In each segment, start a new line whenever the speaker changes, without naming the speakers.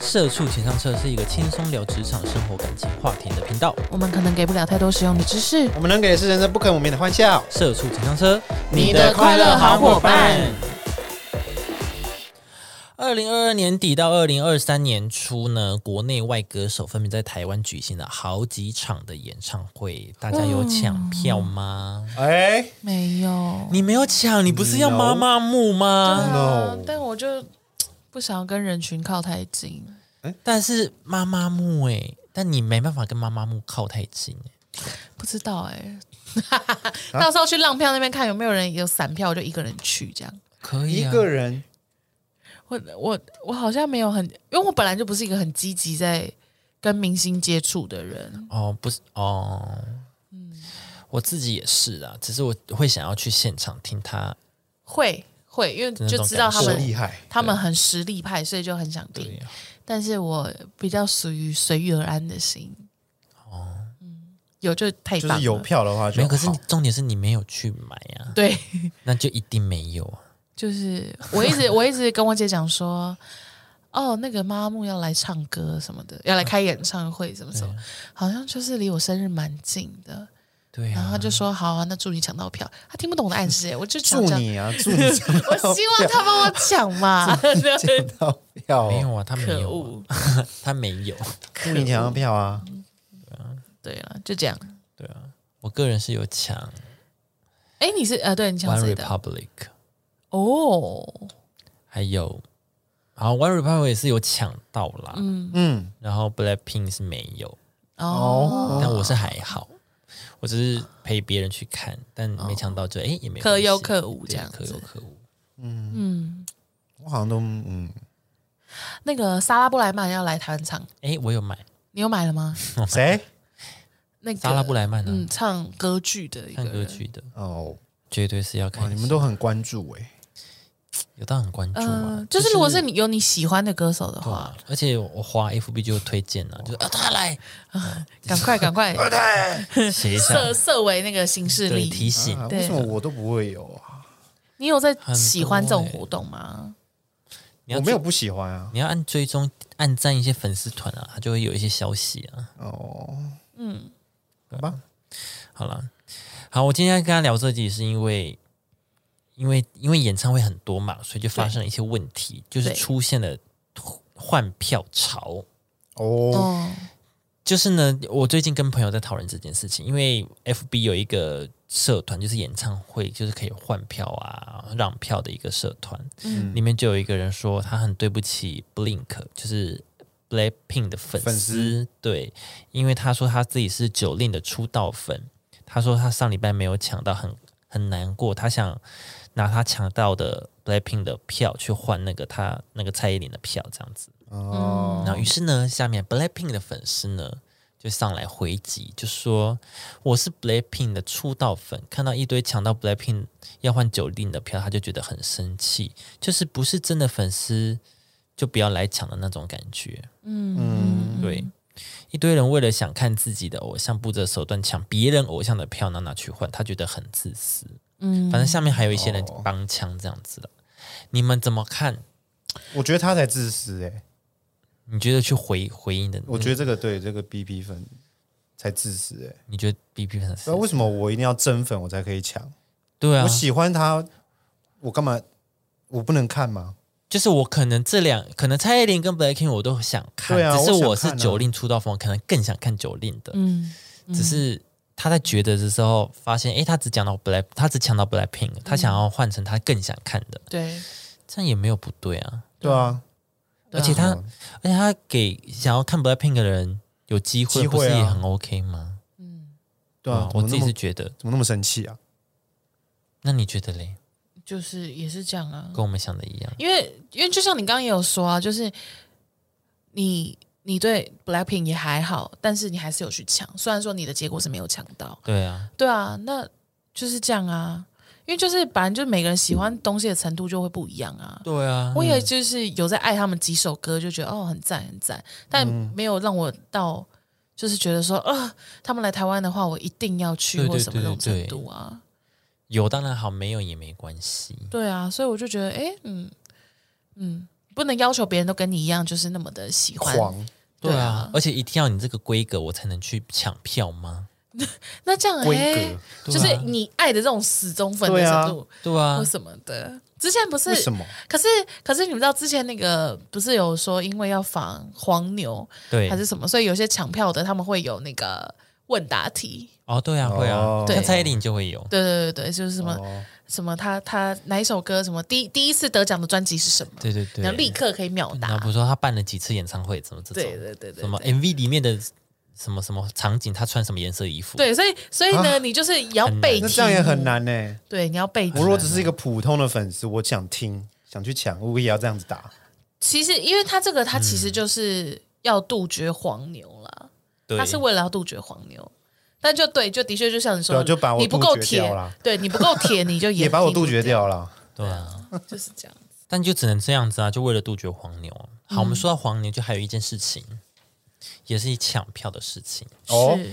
社畜情商车是一个轻松聊职场、生活、感情话题的频道。
我们可能给不了太多实用的知识。
我们能给的是人生不可磨灭的欢笑。
社畜情商车，
你的快乐好伙伴。
二零二二年底到二零二三年初呢，国内外歌手分别在台湾举行了好几场的演唱会，大家有抢票吗？
哎、
没有
你没有抢，你不是要妈妈木吗？
对啊
No
但我就不想要跟人群靠太近。
但是妈妈木哎、但你没办法跟妈妈木靠太近、欸。
不知道哎、到时候去浪票那边看有没有人有散票，我就一个人去这样。
可以、
一
啊，
个人
我我我好像没有很，因为我本来就不是一个很积极在跟明星接触的人。
哦，不是哦，我自己也是啊，只是我会想要去现场听他。
会会，因为
那
就
种
知道他
多
感受
们
厉害，
他们很实力派，所以就很想听。
啊
但是我比较属于随遇而安的心。哦，嗯，有就太
就
棒
是有
了
票的话
没
就
有，
好。
可是你重点是你没有去买啊，
对，
那就一定没有啊。
就是我一直我一直跟我姐讲说，哦，那个妈木要来唱歌什么的，要来开演唱会什么什么，好像就是离我生日蛮近的。
对
然后
啊
她，就说好啊，那祝你抢到票。她听不懂我的暗示、欸，我就想
祝
讲，
你啊，祝你抢
我希望她帮我抢 嘛。对
到票、
没
哦，
有啊，他没
可
有啊、
恶，
他没有。
祝你抢到票啊！
对了，就这样。
对啊，我个人是有抢
哎、你是呃，对你抢
One
谁的？
Republic，
哦，
还有好 One Republic 也是有抢到啦，
嗯，
然后 Blackpink 是没有，
哦，
但我是还好，我只是陪别人去看，但没抢到就哎、也没
哦可
关系
有可无这
对啊
样
可
子
有可无。
我好像都嗯，
嗯那个莎拉布莱曼要来台湾唱，
哎、我有买
你有买了吗？
谁？
那个
莎拉布莱曼呢、啊
嗯，唱歌剧的一个
看歌
人，
剧的，
哦，
绝对是要
哇，
看。
你们都很关注哎、
有到很关注啊，
嗯，就是如果是你有你喜欢的歌手的话，
而且我花 FB 就推荐了，就是啊他 来啊
赶快 赶快
写一下，
设设为那个新势
对
力。
提醒。
啊，
对
为什么我都不会有啊？
你有在
很
喜
多
欢这种
欸
活动吗？
你要
我没有
追，
不喜欢啊。
你要按追踪、按赞一些粉丝团啊，它就会有一些消息啊。
哦，嗯，好吧，
好了，好，我今天要跟他聊这集是因为。因为因为演唱会很多嘛，所以就发生了一些问题，就是
对
出现了换票潮。
哦，
哦，
就是呢，我最近跟朋友在讨论这件事情，因为 FB 有一个社团，就是演唱会，就是可以换票啊、让票的一个社团，
嗯
里面就有一个人说他很对不起 Blink，就是 Blackpink 的粉丝，
粉丝
对，因为他说他自己是九令的出道粉，他说他上礼拜没有抢到很，很难过，他想拿他抢到的 Blackpink 的票去换那个他那个蔡依林的票，这样子。
嗯
哦，
然后于是呢，下面 Blackpink 的粉丝呢就上来回击，就说我是 Blackpink 的出道粉，看到一堆抢到 Blackpink 要换九令的票，他就觉得很生气，就是不是真的粉丝就不要来抢的那种感觉。
嗯，
对，一堆人为了想看自己的偶像，不择手段抢别人偶像的票，拿拿去换，他觉得很自私。
嗯
反正下面还有一些人
哦
帮腔这样子的，你们怎么看？
我觉得他才自私哎、
你觉得去回回应的，
我觉得这个对这个 BP 粉才自私哎、
你觉得 B P 粉
那
丝
为什么我一定要真粉我才可以抢？
对啊，
我喜欢他，我干嘛？我不能看吗？
就是我可能这两，可能蔡依林跟 Blackpink 我都想看，
对啊
只是我
我
是
想看啊
九令出道风，可能更想看九令的，
嗯，
只是他在觉得的时候发现，诶，他只讲到 Black，他只抢到 Blackpink，他
嗯
想要换成他更想看的，
对，
这样也没有不对啊，
对啊，
对
而
啊
且他
嗯
而且他给想要看 Blackpink 的人有机会，
机
不
会啊
是也很 OK 吗？
嗯
对啊，
嗯我
我
自
自
己
己
是觉得，
怎么那么生气啊？
那你觉得嘞？
就是也是这样啊。
跟我们想的一样，
因为因为就像你刚刚也有说啊，就是你你对 Blackpink 也还好，但是你还是有去抢，虽然说你的结果是没有抢到，
对啊，
对啊，那就是这样啊，因为就是反正就每个人喜欢东西的程度就会不一样啊。
对啊，
我也就是有在爱他们几首歌，就觉得哦很赞很赞，但没有让我到就是觉得说啊、他们来台湾的话，我一定要去
对
或
对
什么
对
那种
对
程度啊。
有当然好，没有也没关系，
对啊，所以我就觉得哎嗯嗯，不能要求别人都跟你一样，就是那么的喜欢。
狂，
对
对
啊
啊，
而且一定要你这个规格，我才能去抢票吗？
那这样
规
哎，
格
就是
对啊
你爱的这种死忠粉的
对啊
程度
对啊
或，什么的。之前不是
为什么？
可是，可是你们知道之前那个不是有说，因为要仿黄牛
对
还，是什么，所以有些抢票的他们会有那个问答题。
哦，对啊，会啊
哦，
对
像蔡依林就会有，
对对对对，就是什么、
哦
什么他他哪一首歌什么第第一次得奖的专辑是什么，
对对对，
然后立刻可以秒
然后
答
比。如说他办了几次演唱会，怎么这种，
对对对对
什么
对
MV 里面的什么什么场景，他穿什么颜色衣服，
对，所以所以呢，你就是也要
啊很难
背，
那这样也很。难呢、
啊
对，你要背题
我。如果只是一个普通的粉丝，我想听，想去抢，我也要这样子打。
其实，因为他这个他其
嗯
实就是要杜绝黄牛啦。
对，
他是为了要杜绝黄牛。但就对，就的确就像你说的，
对啊就把我
你不够
杜绝
铁
掉啦，
对你不够铁，你就
也把我
听不
杜绝，掉了。
对啊，
就是这样。
但就只能这样子啊，就为了杜绝黄牛。好，我
嗯
们说到黄牛，就还有一件事情，也是抢票的事情，
哦
是，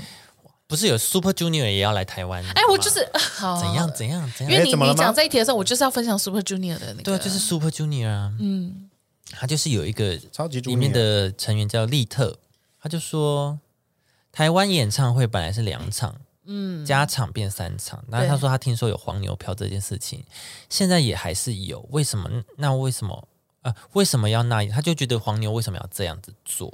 不是有 Super Junior 也要来台湾？
哎，我
吗
就是 好
怎样，怎样怎
因
样，
为你
哎怎么了
你
吗
讲这一题的时候，我就是要分享 Super Junior 的那个，
对啊，就是 Super Junior 啊，嗯，他就是有一个
超级
里
Junior
面的成员叫利特，他就说台湾演唱会本来是两场，嗯，加场变三场，但是他说他听说有黄牛票这件事情，现在也还是有，为什么？那为什么？呃，为什么要那？他就觉得黄牛为什么要这样子做？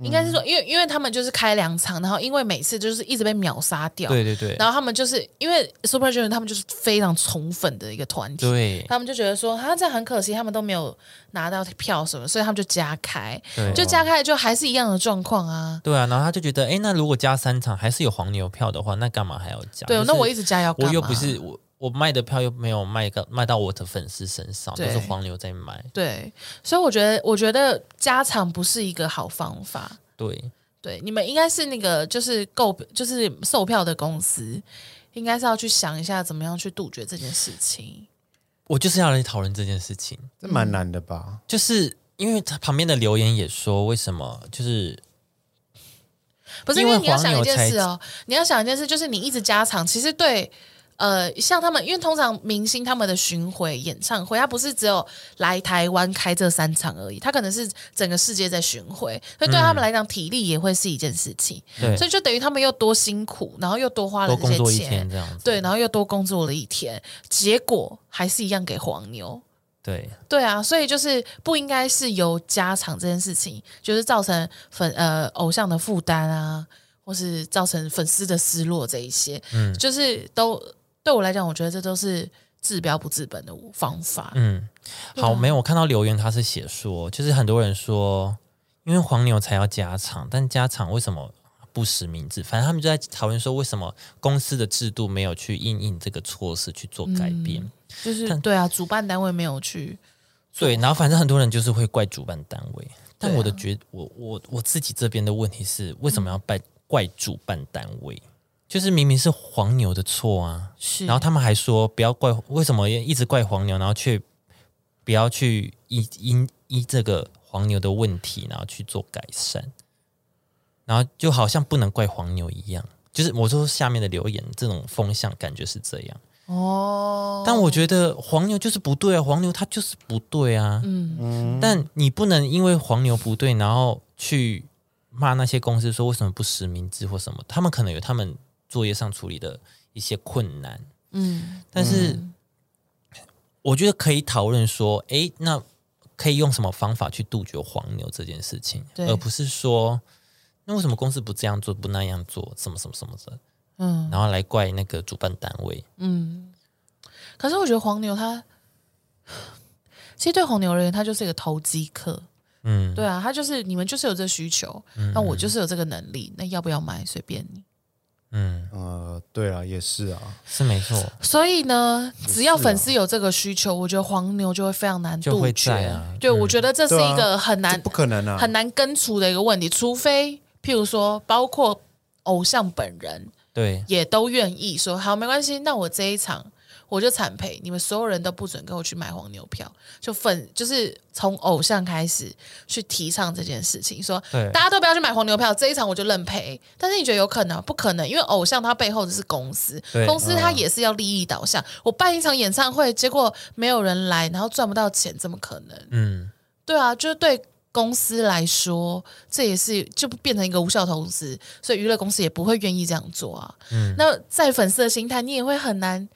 应该是说，因为因为他们就是开两场，然后因为每次就是一直被秒杀掉，
对对对
然后他们就是因为 Super Junior 他们就是非常宠粉的一个团体，
对
他们就觉得说，啊，这样很可惜，他们都没有拿到票什么，所以他们就加开，
对
就加开就还是一样的状况啊。
对啊！然后他就觉得，哎，那如果加三场还是有黄牛票的话，那干嘛还要加？
对，
啊就是
那我一直加要干
我
嘛？
又不是我，我卖的票又没有卖到卖到我的粉丝身上，都
对
是黄牛在买。
对，所以我觉得，我觉得加长不是一个好方法。
对，
对，你们应该是那个就是购就是售票的公司，应该是要去想一下怎么样去杜绝这件事情。
我就是要来讨论这件事情，
这蛮难的吧？
就是因为他旁边的留言也说，为什么就是
不是
因
因
为
为你要
黄
想一
牛
件
才
事哦，你要想一件事，就是你一直加长，其实对。呃，像他们，因为通常明星他们的巡回演唱会，他不是只有来台湾开这三场而已，他可能是整个世界在巡回，所以对
嗯
他们来讲，体力也会是一件事情，
对
所以就等于他们又多辛苦，然后又多花
多
了这
工
些
作一
钱
天，这样子？
对，然后又多工作了一天，结果还是一样给黄牛。
对
对啊，所以就是不应该是由家长这件事情，就是造成粉呃偶像的负担啊，或是造成粉丝的失落这一些，嗯，就是都对我来讲，我觉得这都是治标不治本的方法。
嗯，好，没有，我看到留言他是写说，就是很多人说，因为黄牛才要加场，但加场为什么？不实名制，反正他们就在讨论说，为什么公司的制度没有去应应这个措施去做改变？
嗯就是对啊，主办单位没有去，
对，然后反正很多人就是会怪主办单位，但
对啊
我的觉我我我自己这边的问题是，为什么要怪怪主办单位？就是明明是黄牛的错啊，
是
然后他们还说不要怪，为什么一直怪黄牛，然后却不要去依依依这个黄牛的问题，然后去做改善，然后就好像不能怪黄牛一样，就是我说下面的留言这种风向感觉是这样。
哦，
但我觉得黄牛就是不对啊，黄牛它就是不对啊。嗯，但你不能因为黄牛不对，然后去骂那些公司说为什么不实名制或什么，他们可能有他们作业上处理的一些困难。
嗯，
但是我觉得可以讨论说，诶，那可以用什么方法去杜绝黄牛这件事情，
对
而不是说那为什么公司不这样做，不那样做，什么什么什么的，
嗯
然后来怪那个主办单位。
可是我觉得黄牛他，其实对黄牛而言，他就是一个投机客。
嗯，
对啊，他就是你们就是有这需求，
嗯
那我就是有这个能力，那要不要买随便
啊
你。
嗯，
呃，对啊，也是啊，
是没错，
所以呢，
是
只要粉丝有这个需求，我觉得黄牛就会非常难
就会
杜绝。
在啊
对，我觉得这是一
嗯对
个很
这
难、
不可能啊，
很难根除的一个问题，除非譬如说，包括偶像本人
对。
也都愿意说好，没关系，那我这一场。我就惨赔，你们所有人都不准跟我去买黄牛票，就粉就是从偶像开始去提倡这件事情，说
对
大家都不要去买黄牛票，这一场我就认赔。但是你觉得有可能啊？不可能，因为偶像他背后的是公司
对，嗯
公司他也是要利益导向。我办一场演唱会，结果没有人来，然后赚不到钱，怎么可能？
嗯，
对啊，就是对公司来说，这也是就变成一个无效投资，所以娱乐公司也不会愿意这样做啊。
嗯
那在粉丝的心态，你也会很难，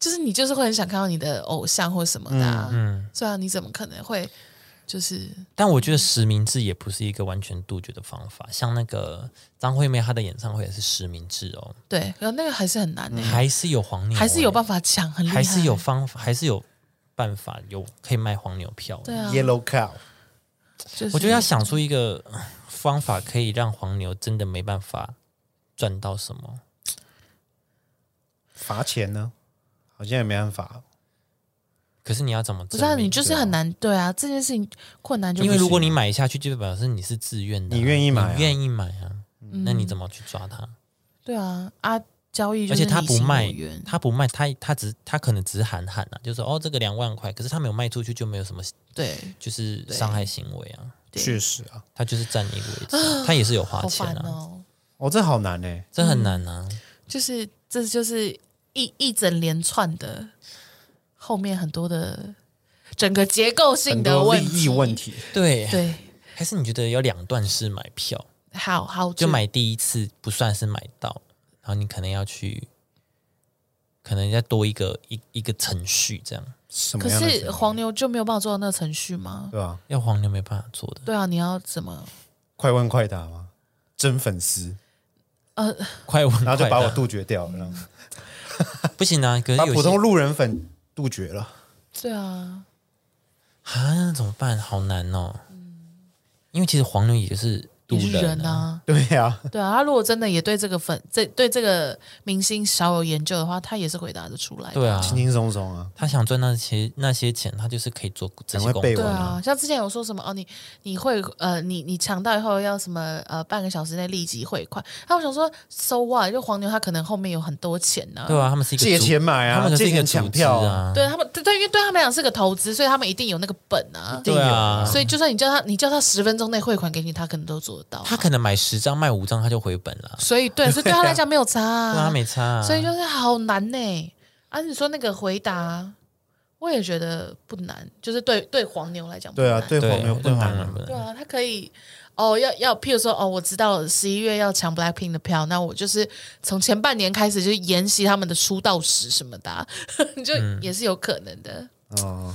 就是你就是会很想看到你的偶像或什么的、啊，嗯，对啊，你怎么可能会就是
但我觉得实名制也不是一个完全杜绝的方法，像那个张惠妹她的演唱会也是实名制哦，
对？然后那个还是很难的、欸
还是有黄牛、
嗯还是有办
法，
法抢，很厉害，
还是有方法，还是有办法有可以卖黄牛票。
对啊，
Yellow Cow，
就是
我觉得要想出一个呃方法，可以让黄牛真的没办法赚到什么。
罚钱呢？好像也没办法。
可是你要怎么证
不
明？
知道你就是很难，对啊，这件事情困难就
因为如果
你
你买下去，就表示你是自愿的啊、
你愿意买啊
你愿意买啊，
嗯
那你怎么去抓他？
对啊啊交易，
而且他不卖
元，，
他不卖，他他只他可能只是喊喊啊，就说哦这个两万块，可是他没有卖出去，就没有什么
对，
就是伤害行为啊，
对
确实啊，
他就是占你位置啊，他也是有花
好
钱
烦
啊，
哦，嗯
哦，这好难哎。
这很难啊。
就是这就是一一整连串的后面很多的整个结构性
很
的
多
问
利益
题，
问题，
对，
对，
还是你觉得有两段式买票，
好好
就买第一次不算是买到，然后你可能要去，可能再多一个一一个程序这样，
什么
可
样的
是
程度
黄牛就没有办法做到那个程序吗？
对吧？
要黄牛没办法做的。
对啊，你要怎么？
快问快答吗？真粉丝，
快问快答，
然后就把我杜绝掉了，
不行啊！可是
把
有
普通
些
路人粉杜绝了。
对啊，
啊，那怎么办？好难哦。因为其实黄牛也就是
也
路
是人
啊，
啊，
对呀，
对啊，他如果真的也对这个粉，这对这个明星少有研究的话，他也是回答得出来的。
对啊，
轻轻松松啊，
他想赚那些那些钱，他就是可以做这些
赶
工作
快备。
对
完
啊，像之前有说什么哦，你你会呃，你你抢到以后要什么呃，半个小时内立即汇款。他我想说，so what？就黄牛他可能后面有很多钱呢、
对啊，他们是一个
借
组
钱买啊
他们就是一
借
个
钱
组
抢
织
票
啊，
对他们对对，因为对他们来讲是个投资，所以他们一定有那个本啊。
对啊，
所以就算你叫他，你叫他十分钟内汇款给你，他可能都做得到啊、
他可能买十张卖五张，他就回本了，
所以 对，所以对他来讲没有差、
那
啊
他，没差啊。
所以就是好难呢、啊，你说那个回答，我也觉得不难，就是对对黄牛来讲不
对啊，
难
对
对
黄牛不
对
难
黄牛
啊
不，难
对啊，他可以哦，要要，譬如说哦，我知道十一月要抢 Blackpink 的票，那我就是从前半年开始就是研习他们的出道史什么的啊、 你就
嗯
也是有可能的。
哦，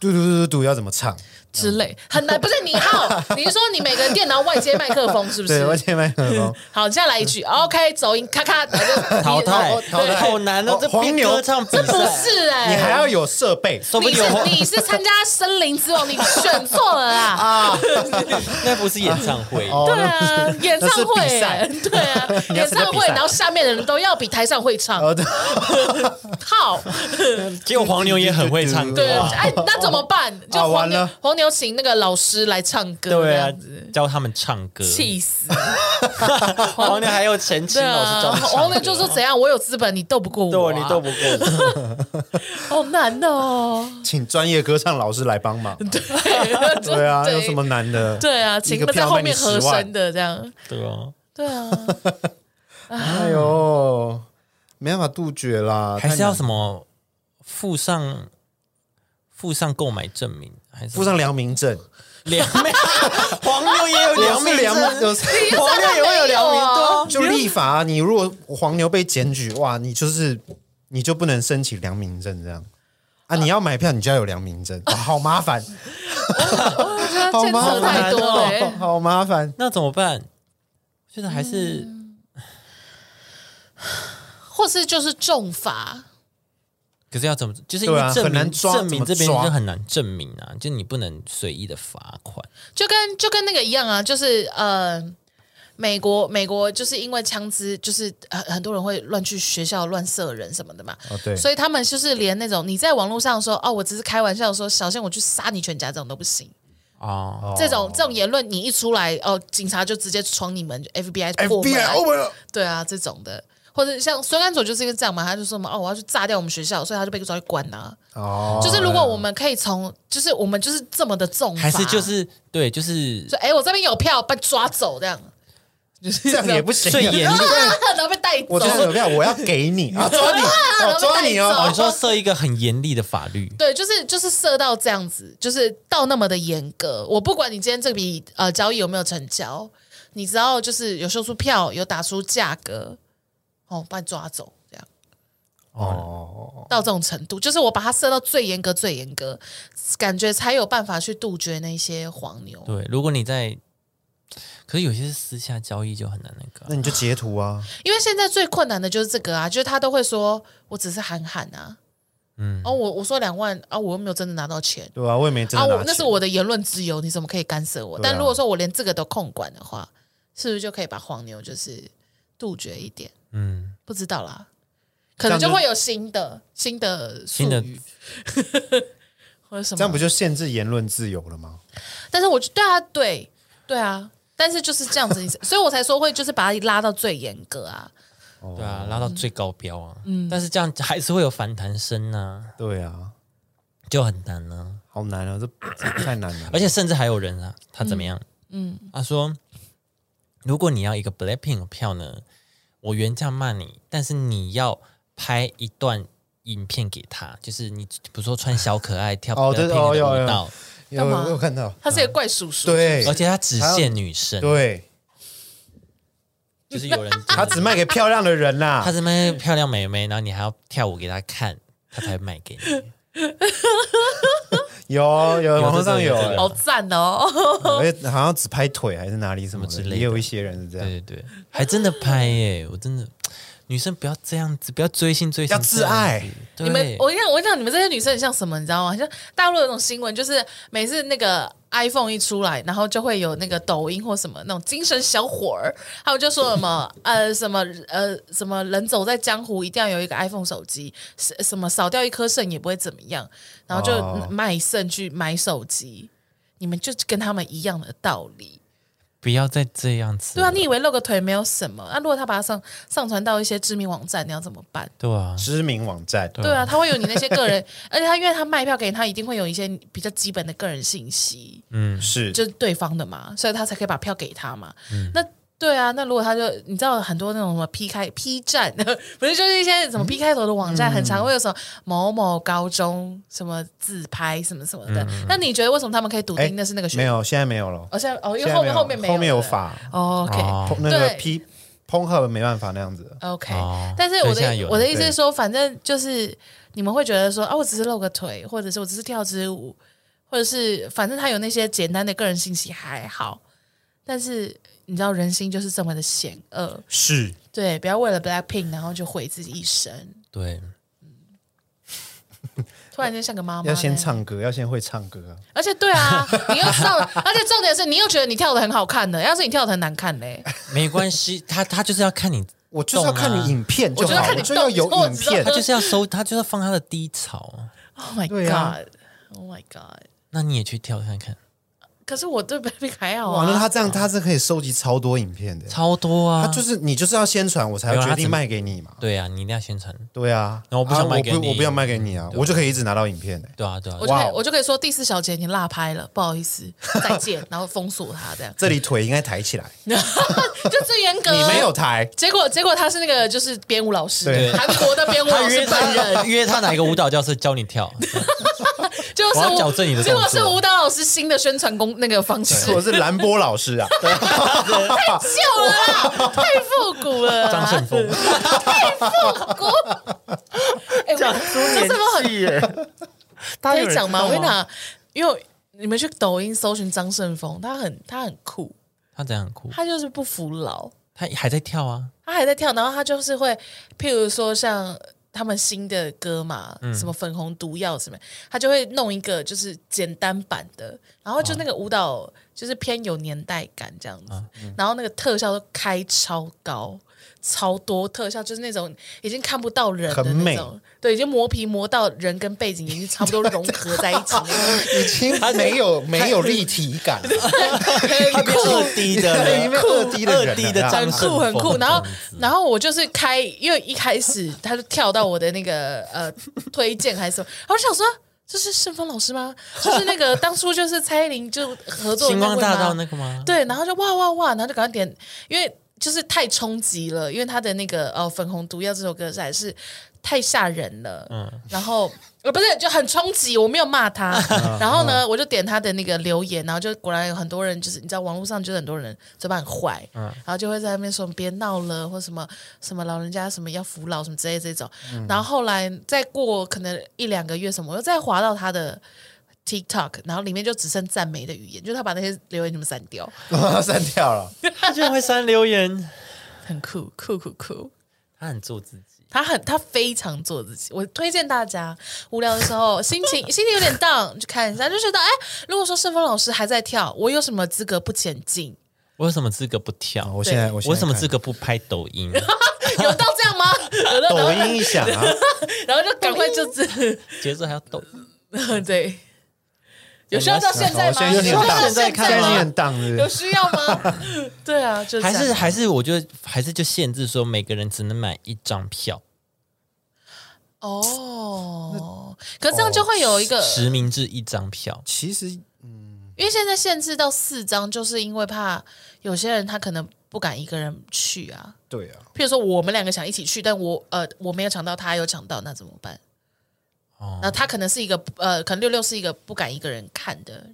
嘟嘟嘟嘟嘟要怎么唱？
之类很难，不是你好，你是说你每个电脑外接麦克风是不
对，我
是？
前麦克风，
好，接下来一句，OK，走音，咔咔，然后就
嗯 淘汰
哦
淘汰
对
好难哦，这
黄
边
牛
歌唱比
不
赛，
是哎、
你还要有设备，
说不
你
定有
是
黄
你是参加森林之王，你选错了啊啦！
那不是演唱会，
对啊，演唱会
那是比
欸
赛，
对啊，演唱
比
会，
赛
然后下面的人都要比台上会唱
哦对，
好，
结果黄牛也很会唱歌
对，
啊，
哎，那怎么 办？就
啊
黄
完
牛
了，
黄牛请那个老师来唱歌，
对啊
这样子，
教他们唱歌，
气 死！
黄牛还有陈
对
清老师
啊
教他，们唱
黄牛
歌
就说怎样，我有资本，你斗不过我
对，
啊，
你斗不过我。
好难哦，
请专业歌唱老师来帮忙。 对啊，有什么难的？
对啊，请
一个
在
票
后
卖你
面和
十万
声，的这样，
对啊，
对 啊，
哎呦，没办法杜绝啦，
还是要什
么
么附上附上购买证明，还是
附上良民证，
良民？黄牛 也有良民
有良
证
有
黄牛也会有良民证，
就立法啊，你如果黄牛被检举，哇，你就是你就不能申请良民证这样。啊！你要买票，你就要有良民证，
啊
哇好麻 烦，
我觉得
好
啊牵
麻
扯
烦，
太多 了
哦
欸。
好麻烦。
那怎么办？就是还是
或是就是重罚，
可是要怎么？就是因为
对啊
证
很
明
难抓
证明这边
怎么抓
就很难证明啊，就你不能随意的罚款。
就跟就跟那个一样啊，就是呃，美国美国就是因为枪支，就是很很多人会乱去学校乱射人什么的嘛，
哦，对，
所以他们就是连那种你在网络上说哦，我只是开玩笑说小心我去杀你全家这种都不行。
哦，
这种这种言论你一出来哦，警察就直接闯你门就，FBI 破门
FBI
来
open up，
对啊，这种的。或者像孙安佐就是因为这样嘛，他就说嘛，哦，我要去炸掉我们学校，所以他就被抓去关啊。
哦，
就是如果我们可以从，就是我们就是这么的重罚，
还是就是对，就是
说，哎、我这边有票被抓走这样，就是
这样也不行啊，
最严厉
然后被带走
我。就是有没有，我要给你 啊，抓你，我抓你
然
哦，
后被
哦
带
你，说设一个很严厉的法律，
对，就是就是设到这样子，就是到那么的严格。我不管你今天这笔呃交易有没有成交，你只要就是有秀出票，有打出价格，哦，把你抓走，这样
哦，
到这种程度，就是我把它设到最严格、最严格，感觉才有办法去杜绝那些黄牛。
对，如果你在，可是有些是私下交易就很难那个啊、
那你就截图啊，
因为现在最困难的就是这个啊，就是他都会说我只是喊喊啊，
嗯
嗯，哦，我我说两万啊，我又没有真的拿到钱。
对啊，我也没真
啊，
的拿
我
钱
那是我的言论自由，你怎么可以干涉我？
对啊
但如果说我连这个都控管的话，是不是就可以把黄牛就是杜绝一点？
嗯，
不知道啦，可能
这
就
样就
会有新的新的术
新的
语或者什么。
这样不就限制言论自由了吗？
但是我就对啊，对对啊，但是就是这样子，所以我才说会就是把它拉到最严格啊。
对啊，
哦
拉到最高标啊，嗯，但是这样还是会有反弹声呐、
对啊，
就很难呢、
好难啊，这这太难了，
哎
而且甚至还有人啊，他怎么样？嗯，他说，如果你要一个 Blackpink 的票呢，我原价卖你，但是你要拍一段影片给他，就是你比如说穿小可爱跳
哦对
Blackpink
哦
的
有有
舞蹈，
有
干嘛
我有看到，
他是一个怪叔叔，
嗯对
而且他只限女生，
对
就是有人
他只卖给漂亮的人啦
他，这么漂亮美眉，然后你还要跳舞给她看，她才卖给你。
有有网络上有，
有这个有这个
欸
好赞 哦！
而且好像只拍腿还是哪里什么
什么之类
的，
的
也有一些人是这样，
对对对，还真的拍耶、我真的，女生不要这样子，不要追星追星，
要自爱。
对，
你们，我跟你讲，我跟你讲，你们这些女生很像什么，你知道吗？很像大陆有那种新闻，就是每次那个 iPhone 一出来，然后就会有那个抖音或什么那种精神小伙儿，他们就说什么呃什么呃什么人走在江湖一定要有一个 iPhone 手机，什什么少掉一颗肾也不会怎么样，然后就
哦
卖肾去买手机，你们就跟他们一样的道理。
不要再这样子
对
了。
啊，你以为露个腿没有什么？那、啊如果他把它上上传到一些知名网站，你要怎么办？
对啊，
知名网站，
对啊，他会有你那些个人， 而且他因为他卖票给你，他一定会有一些比较基本的个人信息，
嗯，
是
就是对方的嘛，所以他才可以把票给他嘛。
嗯
那对啊，那如果他就你知道很多那种什么 P 开 P 站， 不是就是一些
嗯
什么 P 开头的网站，很常会有什么某某高中什么自拍什么什么的。那你觉得为什么他们可以笃
嗯哎
定那是那个学
没
校？
有，现在没有了，
而且哦，因
现
为
在
后
没
面后面没
有
有
后面有
了
法，
哦，OK，
哦
那个
对
P Pong Hub 没办法那样子，
OK，、
哦
但是
对
我
现在有了
的我的意思是
对
说，反正就是你们会觉得说啊，我只是露个腿，或者是我只是跳支舞，或者是反正他有那些简单的个人信息还好，但是你知道人心就是这么的险恶，
是
对，不要为了 Blackpink 然后就毁自己一生。
对，啊
突然间像个妈妈，
要先。唱歌，要先会唱歌啊，
而且对啊，你又上，而且重点是你又觉得你跳的很好看的，要是你跳的很难看 嘞，
没关系，他他就是要看你，啊
我就是要看你影片就
我就是要
好，
看
我
你
就要有
动
影片
他，就是要收，他就是要放他的低潮。
Oh my
对啊
god，Oh my god！
那你也去跳看看，
可是我对 Blackpink 还好
哇，
啊，
那他这样他是可以收集超多影片的，
超多啊，
他就是你就是要宣传，我才
没
要
有
决
他
定
怎么
卖给你嘛，
对啊，你一定要宣传，
对啊，
那我不想
啊
卖给
我不
你
我不要卖给你啊，我就可以一直拿到影片的，
对啊对啊
我，就可
哇
以
哦
我就可以说第四小姐你落拍了，不好意思，再见， 然后封锁她这样，
这里腿应该抬起来，
就最严格。
你没有。抬，
结果，结果他是那个就是编舞老师
对，
韩国的编舞老
他
师
约
本
他
人，
约他哪一个舞蹈教室教你 跳，
就是
我要
舞
矫正你的
结果
动作
是舞蹈老师新的宣传工那个方式，
是我是兰波老师啊，
笑了啦，太复古了啦，
张胜峰，
哎，我张胜峰很可以讲吗？我跟你讲，因为你们去抖音搜寻张胜峰，他很他很酷，
他怎样很酷？
他就是不服老，
他还在跳啊，
他还在跳，然后他就是会，譬如说像他们新的歌嘛，
嗯
什么粉红毒药什么，他就会弄一个就是简单版的，然后就那个舞蹈就是偏有年代感这样子，
啊嗯
然后那个特效都开超高。超多特效，就是那种已经看不到人的
很
那
美
种，对，已经磨皮磨到人跟背景已经差不多融合在一起了，
已经没有没有立体感了，
他变二 D 的
对因
了，
为二 D 的人
二
啊
D 的张
很
胜
酷
峰
很酷。然后
这样子
然后我就是开，因为一开始他就跳到我的那个呃推荐还是什么，然后我想说。这是盛峰老师吗？就是那个当初就是蔡依林就合作的
星
那
光
位
大
吗
道那个吗？
对，然后就哇哇哇，然后就赶快点，因为就是太冲击了，因为他的那个呃《粉红毒药》这首歌实在是太吓人了。嗯，然后呃不是就很冲击，我没有骂他。然后呢，我就点他的那个留言，然后就果然有很多人就是你知道网络上就是很多人嘴巴很坏，然后就会在那边说别闹了或什么什么老人家什么要扶老什么之类这种。然后后来再过可能一两个月什么，我又再滑到他的。TikTok，然后里面就只剩赞美的语言，就是他把那些留言全部删掉，
删掉了。
他居然会删留言，
很酷酷酷酷。
他很做自己。
他很他非常做自己，我推荐大家无聊的时候， 心情心情有点 down 去看一下，就觉得哎，如果说盛峰老师还在跳，我有什么资格不前进？
我有什么资格不跳？
我现在我
我
现在
有什么
看
资格不拍抖音？
有到这样吗？有到
抖
然后
音一响啊，
然后就赶快就是
节奏还要抖，
对，有需要到现在
我
吗？
现在
有需要
有
到
现在
现
看
现
在
在
吗？
念档是不
有
是？
需要吗？ 对啊，就
还
这
是
样
还是我觉得还是就限制说每个人只能买一张票，
哦，可这样就会有一个
实名制一张票。
其实
因为现在限制到四张，就是因为怕有些人他可能不敢一个人去啊。
对啊，
譬如说我们两个想一起去，但我呃我没有抢到，他有抢到，那怎么办？
哦
那他可能是一个呃，可能六六是一个不敢一个人看的，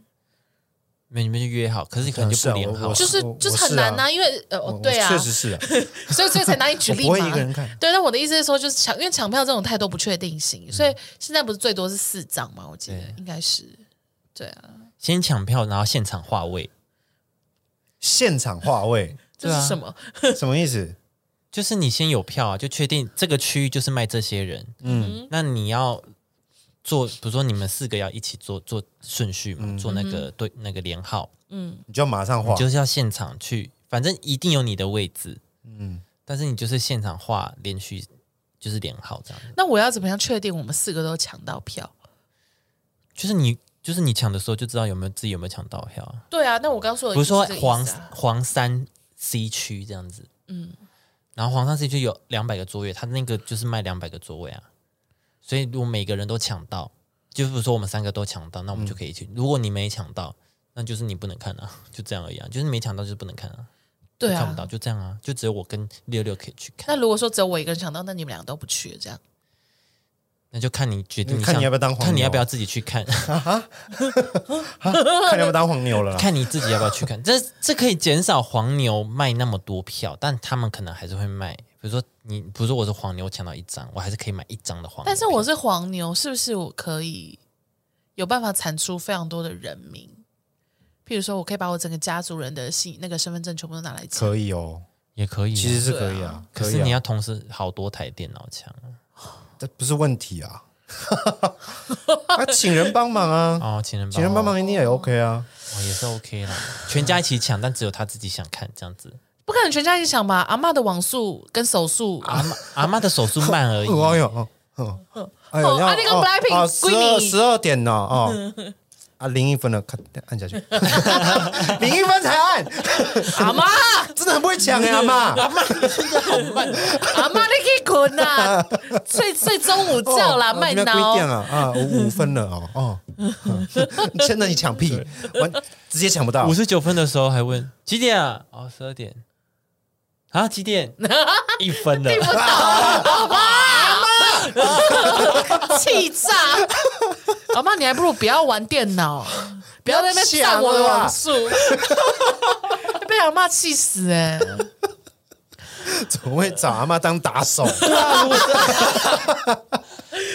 没你们就约好，可是你可能就不连
是啊
好
我。
就是
我
就是
我是啊
很难呐、因为呃
我
哦对啊
确，实是啊，
所以所以才拿你举
我
例
不
嘛
会。一个人看，
对，但我的意思是说，就是抢，因为抢票这种太多不确定性，
嗯
所以现在不是最多是四张嘛？我记得
对
应该是，对啊，
先抢票，然后现场划位，
现场话位
这
对啊
是什么？
什么意思？
就是你先有票啊，就确定这个区域就是卖这些人。嗯，那你要做，比如说你们四个要一起做做顺序嘛，做那个对那个连号，
你就马上画，
就是要现场去，反正一定有你的位置。嗯，但是你就是现场画连续就是连号这样子，
那我要怎么样确定我们四个都抢到票？
就是你就是你抢的时候就知道有没有自己有没有抢到票啊。
对啊，那我刚说的
比如说
就是这个意
黄
思啊
黄山 C 区这样子，嗯，然后黄山 C 区有两百个座位，它那个就是卖两百个座位啊，所以如果每个人都抢到，就比如说我们三个都抢到，那我们就可以一起。如果你没抢到，那就是你不能看啊， 就这样而已啊，就是你没抢到就是不能看啊，
对
就看不
啊，
到，就这样啊，就只有我跟六六可以去看，
那如果说只有我一个人抢到，那你们两个都不去，这样
那就看你决定
嗯你看
想
你要不要当黄
看你
牛啊
要不要自己去看，
看你要不要当黄牛了 啦。
看你自己要不要去看，这这可以减少黄牛卖那么多票，但他们可能还是会卖。比如说你，比如说我是黄牛抢到一张，我还是可以买一张的黄牛票。
但是我是黄牛，是不是我可以有办法产出非常多的人名？譬如说，我可以把我整个家族人的姓、那个身份证全部都拿来抢。
可以哦，
也可以啊、
其实是可以啊，
可
可
是你
以
要
啊，嗯
同时好多台电脑抢啊
这不是问题啊。 啊，请人帮忙啊，
哦，请人
请人帮忙一定也 OK 啊。
哦也是 OK 啦，全家一起抢，但只有他自己想看这样子。
不可能全家一起抢吧？阿嬷的网速跟手速，
阿妈 阿妈的手速慢 而已，
哦哎呦，哦哦哎呦，
哦
要
啊那个 Blackpink
十
闺
二
蜜
十二点呢，哦，啊，零一分了，看按下去， 零一分才按，
阿妈
真的很不会抢呀妈，
阿妈你可以滚呐，睡睡中午觉啦，
哦
麦
没有规定
脑。
啊啊，我五分了哦哦， 真的你抢屁，完直接抢不到
五，十九分的时候还问几点啊？哦，十二点啊？几 点？一分了。
气炸！阿妈，你还不如不要玩电脑，不要在那边占我的网速，被阿妈气死哎、
怎么会找阿妈当打手？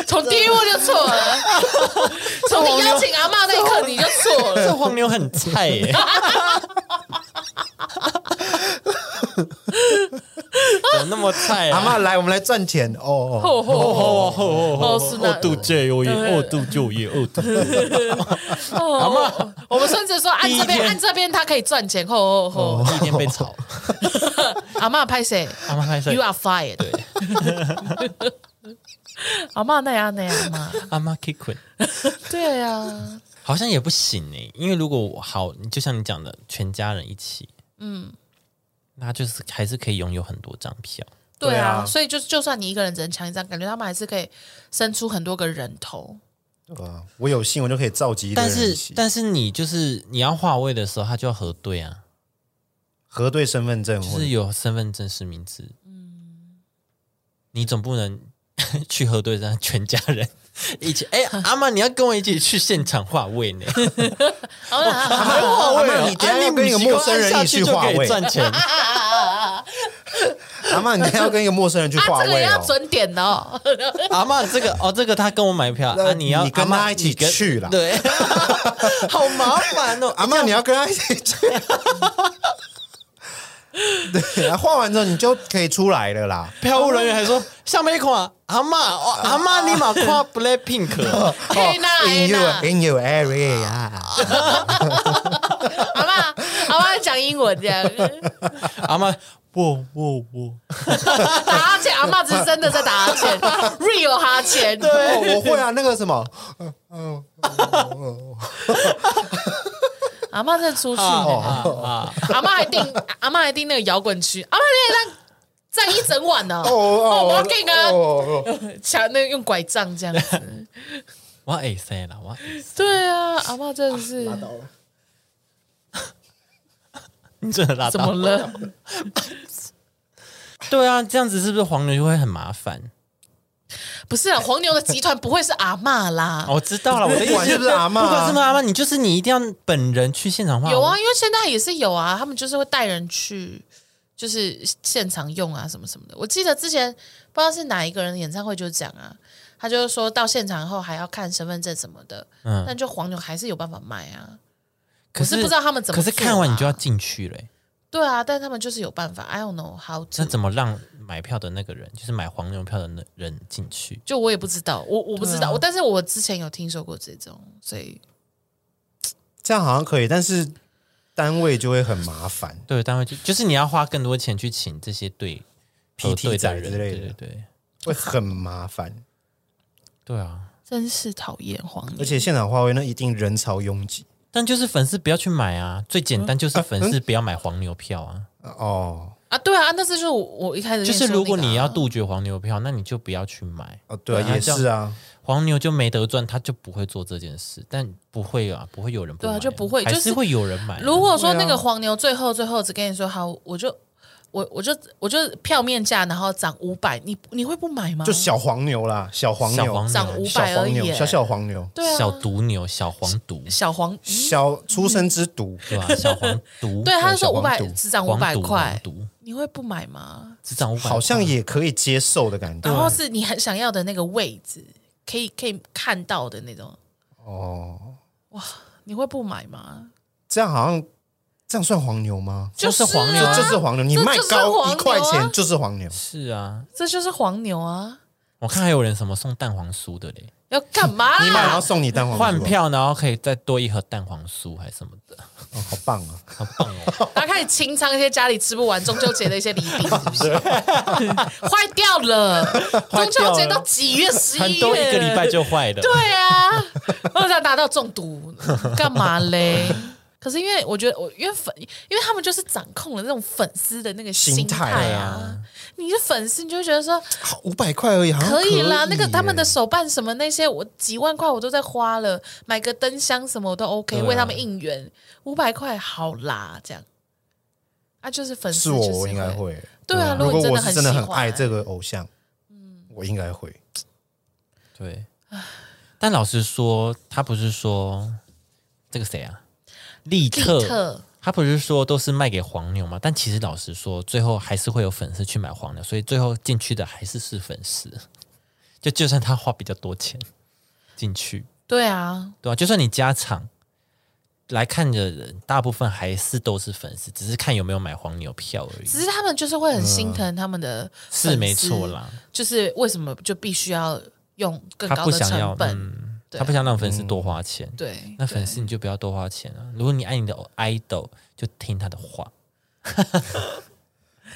从第一幕就错了，从你邀请阿妈那一刻你就错了。
这黄牛很菜耶、怎么那么菜
阿
啊？
妈来，我们来赚钱哦
吼
哦，
吼吼！
哦
是那
就业，二度就业，二度。
阿妈，我们孙子说按这
第一
边
天
按这边，他可以赚钱。吼吼吼！
第一天被炒，
阿妈拍谁
阿妈拍摄
？You，are fired。阿妈那样那样嘛，
阿妈 kick 滚，
对啊，
好像也不行哎、因为如果我好，就像你讲的，全家人一起，嗯，那就是还是可以拥有很多张票。
对
对
啊，
啊
所以就是就算你一个人只能抢一张，感觉他们还是可以生出很多个人头。
哇我有幸我就可以召集一堆
但
人一
是
起，
但是你就是你要划位的时候，他就要核对啊，
核对身份证
就
或者
是有身份证实名制。你总不能 去核对让全家 人一起。哎、阿妈，你要跟我一起去现场化位 呢？
好啦好啦好啦
化
位哦阿嬷你等一下要跟一个陌生人一起去化位
赚 钱。
阿妈，你还要跟一个陌生人去
啊，
化
这个
位
要
哦。
准点哦。
阿妈，这个哦，这个他跟我买票，
那
啊，你要
你跟
阿嬷
他一起
你跟
去啦
对，好麻烦哦。
阿妈，你要跟他一起去。对，画完之后你就可以出来了啦。
票务人员还说上面款阿妈，哦阿妈立 马夸 Black Pink，
嘿呐嘿
In you,
呐，
in your area，
阿妈阿妈讲英文这样，
阿妈，我我我，
打哈欠，阿妈是真的在打哈欠，real 哈欠。
哦，我会啊，那个什么，
阿妈在出去呢，
哦
啊啊，
阿妈还订阿妈还订那个摇滚区，阿妈那让站一整晚呢
哦，哦，
我给个
哦哦
抢那个用拐杖这样子。
我哎塞啦，我会使
对啊，阿妈真的是
到了
你真的拉
怎么
倒。
了？
对啊，这样子是不是黄牛就会很麻烦？
不是啊，黄牛的集团不会是阿妈啦
哦。我知道了，我的意
不
思
管是不是阿嬷啊
不管是不是阿妈，你就是你一定要本人去现场化。
有啊，，因为现在也是有啊，他们就是会带人去，就是现场用啊，什么什么的。我记得之前不知道是哪一个人的演唱会就讲啊，他就是说到现场后还要看身份证什么的，
嗯
但就黄牛还是有办法卖啊。
可
我是不知道他们怎么
可是看完
做啊
你就要进去了欸，
对啊，但他们就是有办法，I don't know how
那
to，
怎么让买票的那个人，就是买黄牛票的那人进去？
就我也不知道，我我不知道，
对啊
我但是我之前有听说过这种，所以
这样好像可以，但是单位就会很麻烦。
对，单位就就是你要花更多钱去请这些对
PT
核对
仔
的人
之类的
对对对，
会很麻烦，
对啊。
真是讨厌黄牛
而。且现场化位那一定人潮拥挤
但就是粉丝不要去买啊，最简单就是粉丝不要买黄牛票啊。
哦
啊，对啊，那次就是我我一开始
就是
跟说
如果
那个啊
你要杜绝黄牛票，那你就不要去买
哦，对
对啊
啊，也是啊，
黄牛，就没得赚，他就不会做这件事。但不会啊，不会有人不
对啊
买
就不会
还
就是
是会有人买啊。
如果说
对啊
那个黄牛最后最后只跟你说好，我就我我就我就票面价，然后涨五百，你你会不买吗？
就小黄牛啦，小黄
小黄
牛，
牛
涨五
小
百而
黄
已耶，
牛，小小黄牛，
对啊，
小毒牛、小黄毒，
小黄，嗯
小出生之毒，
啊
对吧、 小黄毒，
对，啊他就说
小
五
黄
百
赌
只涨五
黄
百
毒，
块
黄，毒
你会不买吗？
只涨五百，
好像也可以接受的感
然
觉
后是你很想要的那个位置，可以可以看到的那种，
哦。
你会不买吗？
这样好像这样算黄牛吗？
就是
就是啊
黄牛啊，
就是黄牛，你卖
就是
高
黄牛
一
啊
块钱就是黄牛，
是啊。
这就是黄牛啊！
我看还有人什么送蛋黄酥的嘞，
要干嘛啊啦？
你买然后送你蛋黄啊酥
换，票然后可以再多一盒蛋黄酥还是什么的，
哦好棒啊！
好棒哦！
然后开始清仓一些家里吃不完中秋节的一些 礼品，是不是？坏掉了！中秋节都几月？十
很
一
多一
月，
个礼拜就坏了。
对啊，我想达到中毒，干嘛嘞？可是因为我觉得我因为粉，因为他们就是掌控了那种粉丝的那个
心
心
态
态啊
啊。
你是粉丝，你就会觉得说
五百块而已，好像
可以啦，那个
哦耶
他们的手办什么那些，我几万块我都在花了，买个灯箱什么我都 OK，、
对啊
为他们应援，五百块好啦，这样啊，就是粉丝
是
就
我，
是
我应该会。
对啊，
如
果
果
你真
我
的
是
很
真的很
喜欢嗯
爱这个偶像，我应该会。
对，但老实说，他不是说这个谁啊，利
利
特，
特，
他不是说都是卖给黄牛嘛？但其实老实说，最后还是会有粉丝去买黄牛，所以最后进去的还是是粉丝。就就算他花比较多钱进去，
对啊，
对啊，就算你加场来看的人，大部分还是都是粉丝，只是看有没有买黄牛票而已
只，是他们就是会很心疼他们的、
是没错，啦。
就是为什么就必须要用更
他
高
不
的
想要
成，本？
嗯，
对啊
他不想让粉丝多花钱，
对，
那粉丝你就不要多花钱了、如果你爱你的 idol，就听他的话。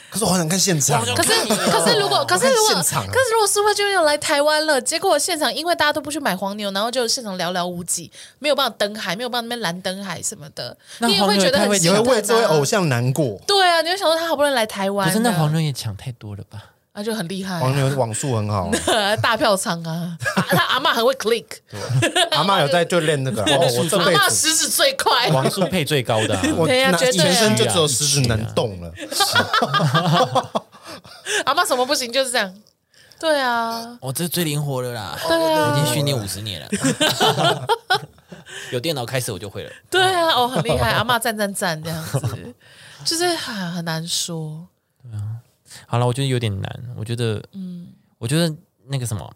可是我好想看现场，啊
可是，可是如果，可是如果，
现场啊
可是如果 Super Junior 来台湾了，结果现场因为大家都不去买黄牛，然后就现场寥寥无几，没有办法登海，没有办法那边蓝登海什么的，
那
你也
黄
会
牛
觉得
太
很
会
心
你
疼
会
啊
为这位偶像难过。
对啊，你会想说他好不容易来台湾
可
了，
是那黄牛也抢太多了吧？
那就很厉 害、
黄牛网速很 好啊，
大票仓啊，啊他阿妈很会 click，
阿妈有在就练那个，哦，我这
阿
辈
妈
子
食指最快，
网速配最高 的、啊，
我
对啊
那
绝对啊
全身就只有食指能动 了，
阿妈什么不行就是这样。对啊，
我、哦这是最灵活的啦，
对
我
啊，
已经训练五十年了。 有电脑开始我就会了，
对啊，哦，很厉害，阿妈赞赞赞这样子，就是啊很难说。
好了，我觉得有点难。我觉得，嗯，我觉得那个什么，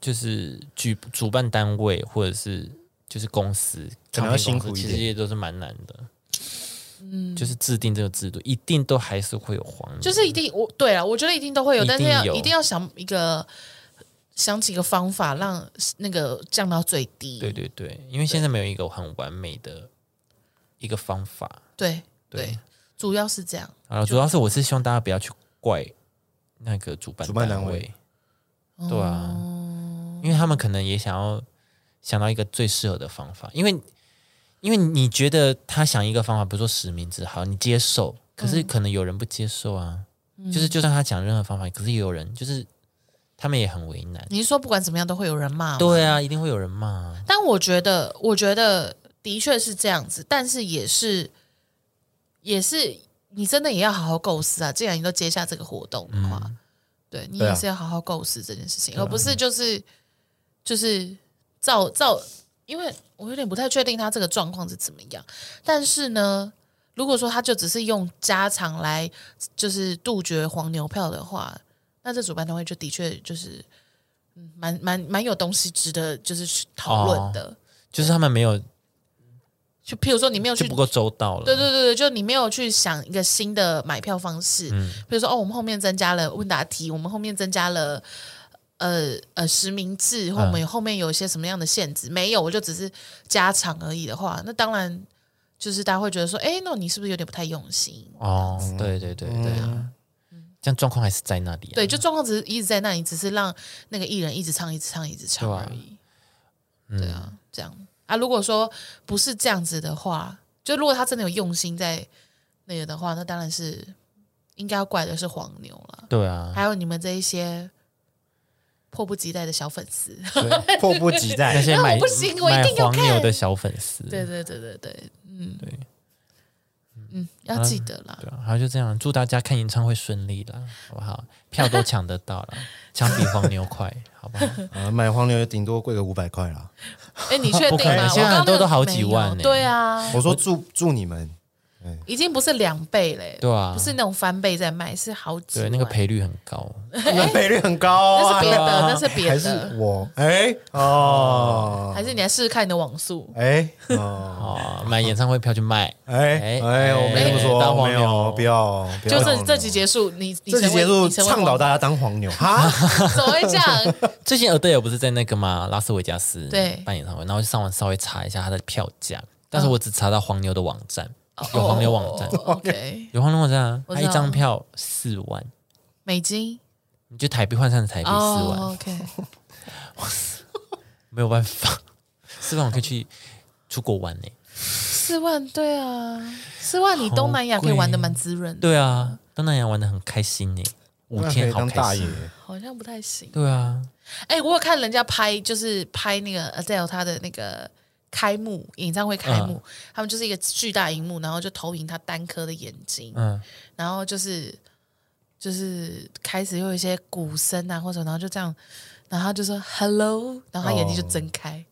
就是举主办单位或者是就是公司，
可能要
唱片公司
辛苦一点
其实也都是蛮难的。嗯，就是制定这个制度，一定都还是会有黄牛，
就是一定我对了，我觉得一定都会有，
一定
但是要
有
一定要想一个想几个方法让那个降到最低。
对对对，因为现在没有一个很完美的一个方法。
对
对
对主要是这样。
啊，主要是我是希望大家不要去怪那个主办
主办单
位，对啊，
哦
因为他们可能也想要想到一个最适合的方法，因为因为你觉得他想一个方法，比如说实名制，好，你接受，可
嗯
是可能有人不接受啊，就是就算他讲任何方法，可是也有人就是他们也很为难，
你是说不管怎么样都会有人骂？。
对啊，一定会有人骂啊，
但我觉得，我觉得的确是这样子，但是也是，也是你真的也要好好构思啊。既然你都接下这个活动的话，对你
对啊
也是要好好构思这件事情，而不是就是就是照照，因为我有点不太确定他这个状况是怎么样。但是呢，如果说他就只是用加长来就是杜绝黄牛票的话，那这主办单位就的确就是。嗯蛮蛮蛮有东西值得就是去讨论的，
哦就是他们没有
就譬如说你没有
就
去
不够周到了，
对对对对，就你没有去想一个新的买票方式，
嗯
比如说哦，我们后面增加了问答题，我们后面增加了呃呃实名制，
嗯
或我们后面有一些什么样的限制？没有，我就只是加长而已的话，那当然就是大家会觉得说，哎，那你是不是有点不太用心？
哦，对对对对啊，这样状况还是在那里、啊，
嗯对，就状况只是一直在那里，只是让那个艺人一直唱、一直唱、一直唱
对啊
而已。对
嗯
啊，这样啊。如果说不是这样子的话，就如果他真的有用心在那个的话，那当然是应该要怪的是黄牛了，
对啊，
还有你们这一些迫不及待的小粉丝。
对迫不及
那
待。
些买
哎我不行我一
买
定要
黄
看
牛的小粉丝，
对对对对对，嗯
对
嗯，要记得啦。
对啊，好就这样，祝大家看演唱会顺利啦，好不好？票都抢得到了， 抢比黄牛快，好不好？
啊，买黄牛顶多贵个五百块啦。
哎，你 确
不
定
可能
吗？我
现在
刚刚
很多
那个
都好几
没有
万呢
对啊，
我说祝祝 你们，
已经不是两倍嘞，
对啊
不是那种翻倍在卖，是好几
对，
万。
那个赔率很高，
你们赔率很高
那是
啊
别，的，那是别
还
的，
是我？哎哦，
还是你来试试看你的网速。
哎哦，
哦，买演唱会票去 卖，
哎哎，我没这
哎
么
当
说，
黄
没
牛
有，不要，不
就
要当
这
黄牛
这集结束，你你
这集
成为
结束，
你成为
倡导
黄
大家当黄牛哈，
怎么会这样？
之前 Adele 不是在那个吗？拉斯维加斯
对嗯
办演唱会，然后就上网稍微查一下他的票价，但是我只查到黄牛的网站，有黄牛网站，
哦，OK，
有黄牛网站啊，
我
他
知
一
道
张票四万，
美金
你就台币换算成台币四万
哦，，OK，
没有办法， 四万我可以去出国玩呢、
四万，对啊，四万你东南亚可以玩的蛮滋润的，
对啊，东南亚玩的很开心呢、五
那可
天
以
好
当大
开
爷
心。。
好像不太行。
对啊，
哎，我有看人家拍，就是拍那个 Adele 她的那个。开幕演唱会开幕，他们就是一个巨大荧幕，然后就投影她单颗的眼睛，
嗯，
然后就是就是开始有一些鼓声啊或者，然后就这样，然后他就说 hello，然后他眼睛就睁开，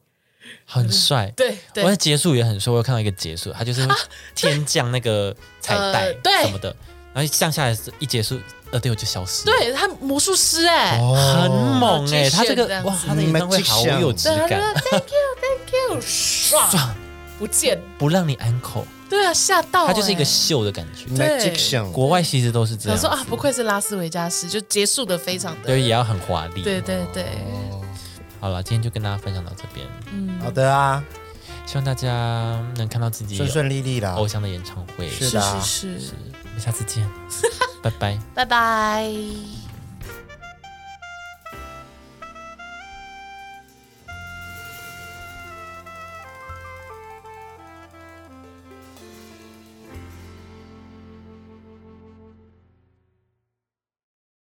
很帅。
对
我在
对
结束也很帅，我有看到一个结束，他就是天降那个彩带
呃对
什么的，然后降下来一结束，呃，对，我就消失了，
对，哦他魔术师哎、
很猛哎、
magician
他这个
这样子
哇，他的演唱会好有质
对，他
感，
说 thank you thank you，唰
爽，
不见，
不让你安口，
对啊，吓到、
他就是一个。秀的感觉。
Magic 像
国外其实都是这
想
样
说，啊，不愧是拉斯维加斯，就结束的非常
对，
的，
也要很华丽。
对对对，
好了，今天就跟大家分享到这边，
嗯
好的啊，
希望大家能看到自己
顺顺利利啦。
偶像的演唱会。
是
是
的啊
是是，
我们下次见，拜拜。
拜拜。